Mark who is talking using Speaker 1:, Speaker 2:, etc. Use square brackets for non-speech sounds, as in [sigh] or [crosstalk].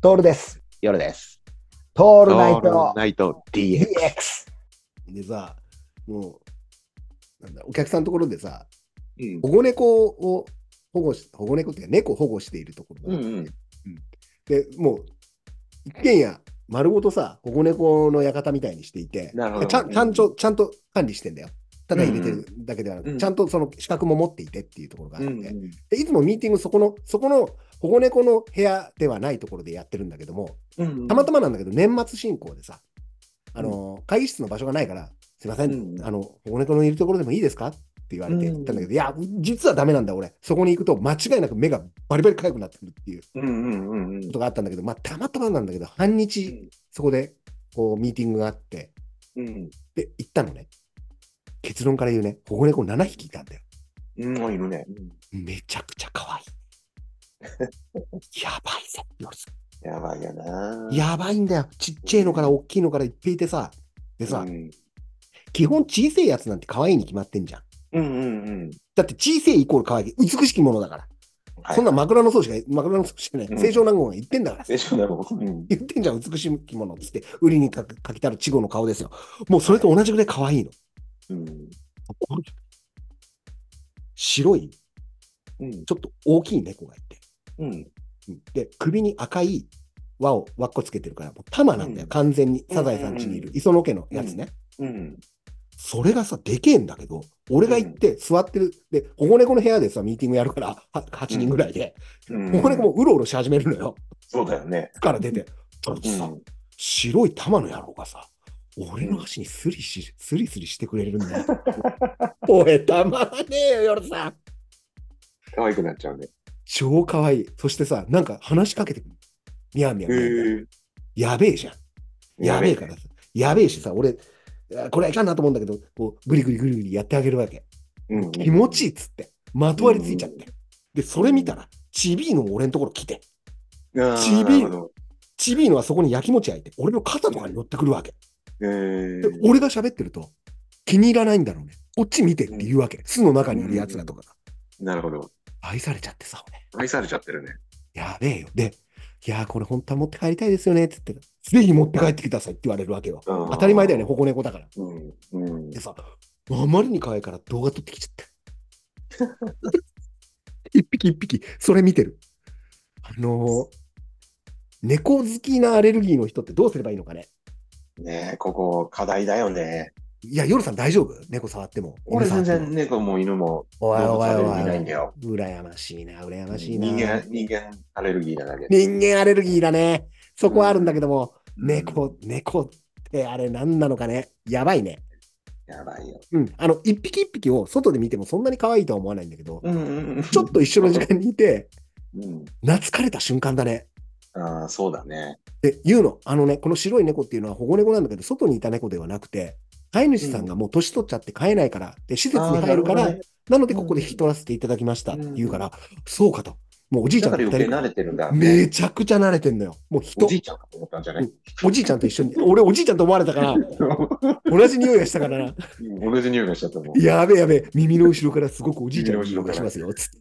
Speaker 1: トールです。
Speaker 2: 夜です。
Speaker 1: ト
Speaker 2: オ
Speaker 1: ールナイト
Speaker 2: ナイト DX。
Speaker 1: DX。
Speaker 3: でさ、もう、なんだ、お客さんのところでさ、
Speaker 2: うん
Speaker 3: 保護猫を保護し、保護猫っていうか、猫を保護しているところが
Speaker 2: う
Speaker 3: あ
Speaker 2: ん
Speaker 3: っ
Speaker 2: う
Speaker 3: て、
Speaker 2: ん。
Speaker 3: で、もう、一軒家、丸ごとさ、保護猫の館みたいにしていて、
Speaker 2: なるほど
Speaker 3: ちゃんちゃんとちゃんと管理してんだよ。ただ入れてるだけではなく、
Speaker 2: うんうん
Speaker 3: ちゃんとその資格も持っていてっていうところがあ
Speaker 2: う
Speaker 3: って、
Speaker 2: んうん
Speaker 3: でいつもミーティング、そこの、そこの保護猫の部屋ではないところでやってるんだけども、
Speaker 2: うんうん
Speaker 3: たまたまなんだけど、年末進行でさ、あの、会議室の場所がないから、すいません、
Speaker 2: うん
Speaker 3: あの、保護猫のいるところでもいいですかって言われて
Speaker 2: うん
Speaker 3: 言ったんだけど、いや、実はダメなんだ、俺。そこに行くと、間違いなく目がバリバリかゆくなってくるっていう
Speaker 2: うんうんうんうん
Speaker 3: ことがあったんだけど、まあ、たまたまなんだけど、半日、そこで、こう、ミーティングがあって、
Speaker 2: うん。
Speaker 3: で、行ったのね。結論から言うね、保護猫7匹いたんだよ。
Speaker 2: うん。もういるね。
Speaker 3: めちゃくちゃ
Speaker 2: [laughs]
Speaker 3: 可愛い。やばいぜ、よし
Speaker 2: やばいよな。
Speaker 3: やばいんだよ。ちっちゃいのから大きいのからいっぱいいてさ。でさ、
Speaker 2: うん
Speaker 3: 基本小さいやつなんて可愛いに決まってんじゃん。
Speaker 2: うんうんうん。
Speaker 3: だって小さいイコール可愛い。美しきものだから。
Speaker 2: はい
Speaker 3: そんな枕草子しか、枕草子じゃない。
Speaker 2: うん
Speaker 3: 清少納言が言ってんだから。
Speaker 2: でしょ、なるほど。うん
Speaker 3: 言ってんじゃん、美しきものっつって、売りにか書きたる稚語の顔ですよ。もうそれと同じぐらい可愛いの。
Speaker 2: うん。
Speaker 3: 白い、
Speaker 2: うん
Speaker 3: ちょっと大きい猫がいて。
Speaker 2: うん。
Speaker 3: うんで、首に赤い輪を輪っこつけてるから、もう玉なんだよ、
Speaker 2: うん
Speaker 3: 完全に。サザエさん家にいる、磯野家のやつね。
Speaker 2: うん。
Speaker 3: それがさ、でけえんだけど、俺が行って座ってる、で、保護猫の部屋でさ、ミーティングやるから、は8人ぐらいで、
Speaker 2: うん
Speaker 3: 保護猫もうろうろし始めるのよ。
Speaker 2: そうだよね。
Speaker 3: から出て、ただ
Speaker 2: う
Speaker 3: さ、
Speaker 2: ん
Speaker 3: 白い玉の野郎がさ、俺の足にスリし、スリスリしてくれるんだよ。おい、たまらねえよ、夜さん。
Speaker 2: 可愛くなっちゃうね。
Speaker 3: 超可愛い。そしてさ、なんか話しかけてくる。みやみやみやみや
Speaker 2: へえ
Speaker 3: やべえじゃん。やべえからさ。やべえしさ、俺、あこれはいかんなと思うんだけど、こう、ぐりぐりぐりぐりやってあげるわけ。
Speaker 2: うん
Speaker 3: 気持ちいいっつって、まとわりついちゃって。で、それ見たら、ちびーの俺のところ来て、
Speaker 2: あー
Speaker 3: ちび
Speaker 2: なるほど
Speaker 3: ちびーのはそこに焼きもち焼いて、俺の肩とかに乗ってくるわけ。
Speaker 2: へえ
Speaker 3: で、俺が喋ってると、気に入らないんだろうね。こっち見てって言うわけ。巣の中にいるやつらとかが。
Speaker 2: なるほど。
Speaker 3: 愛されちゃってさ、俺。
Speaker 2: 愛されちゃってるね。
Speaker 3: やべえよ。で、いやー、これ本当は持って帰りたいですよね、っつって。ぜひ持って帰ってくださいって言われるわけよ。
Speaker 2: 当
Speaker 3: 当たり前だよね、。保護猫だから。
Speaker 2: うん。うん
Speaker 3: でさ、あまりに可愛いから動画撮ってきちゃ [laughs] った。一匹一匹、それ見てる。あのー猫好きなアレルギーの人ってどうすればいいのかね
Speaker 2: ねえここ課題だよね。
Speaker 3: いや、夜さん大丈夫猫触っても。
Speaker 2: 俺
Speaker 3: 犬触
Speaker 2: 全
Speaker 3: っても
Speaker 2: 然。猫も犬も
Speaker 3: おいおい
Speaker 2: 動
Speaker 3: お
Speaker 2: 物アレルギーないん
Speaker 3: い
Speaker 2: だよ。
Speaker 3: おい。羨ましいな、羨ましいな。
Speaker 2: 人間、人間アレルギーなだけ。
Speaker 3: 人間アレルギーだね。そこはあるんだけども、
Speaker 2: うん
Speaker 3: 猫、猫ってあれ何なのかね。やばいね。
Speaker 2: やばいよ。
Speaker 3: うん。あの、一匹一匹を外で見てもそんなに可愛いとは思わないんだけど、
Speaker 2: うんうんうん。
Speaker 3: ちょっと一緒の時間にいて、
Speaker 2: うん。
Speaker 3: 懐かれた瞬間だね。
Speaker 2: ああ、そうだね。
Speaker 3: で、言うの、あのね、この白い猫っていうのは保護猫なんだけど、外にいた猫ではなくて、飼い主さんがもう年取っちゃって飼えないから、で、施設に入るから、
Speaker 2: あ
Speaker 3: な
Speaker 2: ーなるほどね
Speaker 3: のでここで引き取らせていただきましたって言うから、そうかと。もうおじいち
Speaker 2: だ
Speaker 3: ゃん
Speaker 2: か
Speaker 3: と二
Speaker 2: ら余計
Speaker 3: 人
Speaker 2: 慣れてるんだ。
Speaker 3: めちゃくちゃ慣れてんのよ。もう
Speaker 2: お
Speaker 3: 人、
Speaker 2: じいちゃんかと思ったんじゃない
Speaker 3: おじいちゃんと一緒に、俺おじいちゃんと思われたから、同じ匂いがしたからな。
Speaker 2: [laughs] 同じ匂いがしちゃったもん。
Speaker 3: やべえやべえ、耳の後ろからすごくおじいちゃんの匂いがしますよ、つって。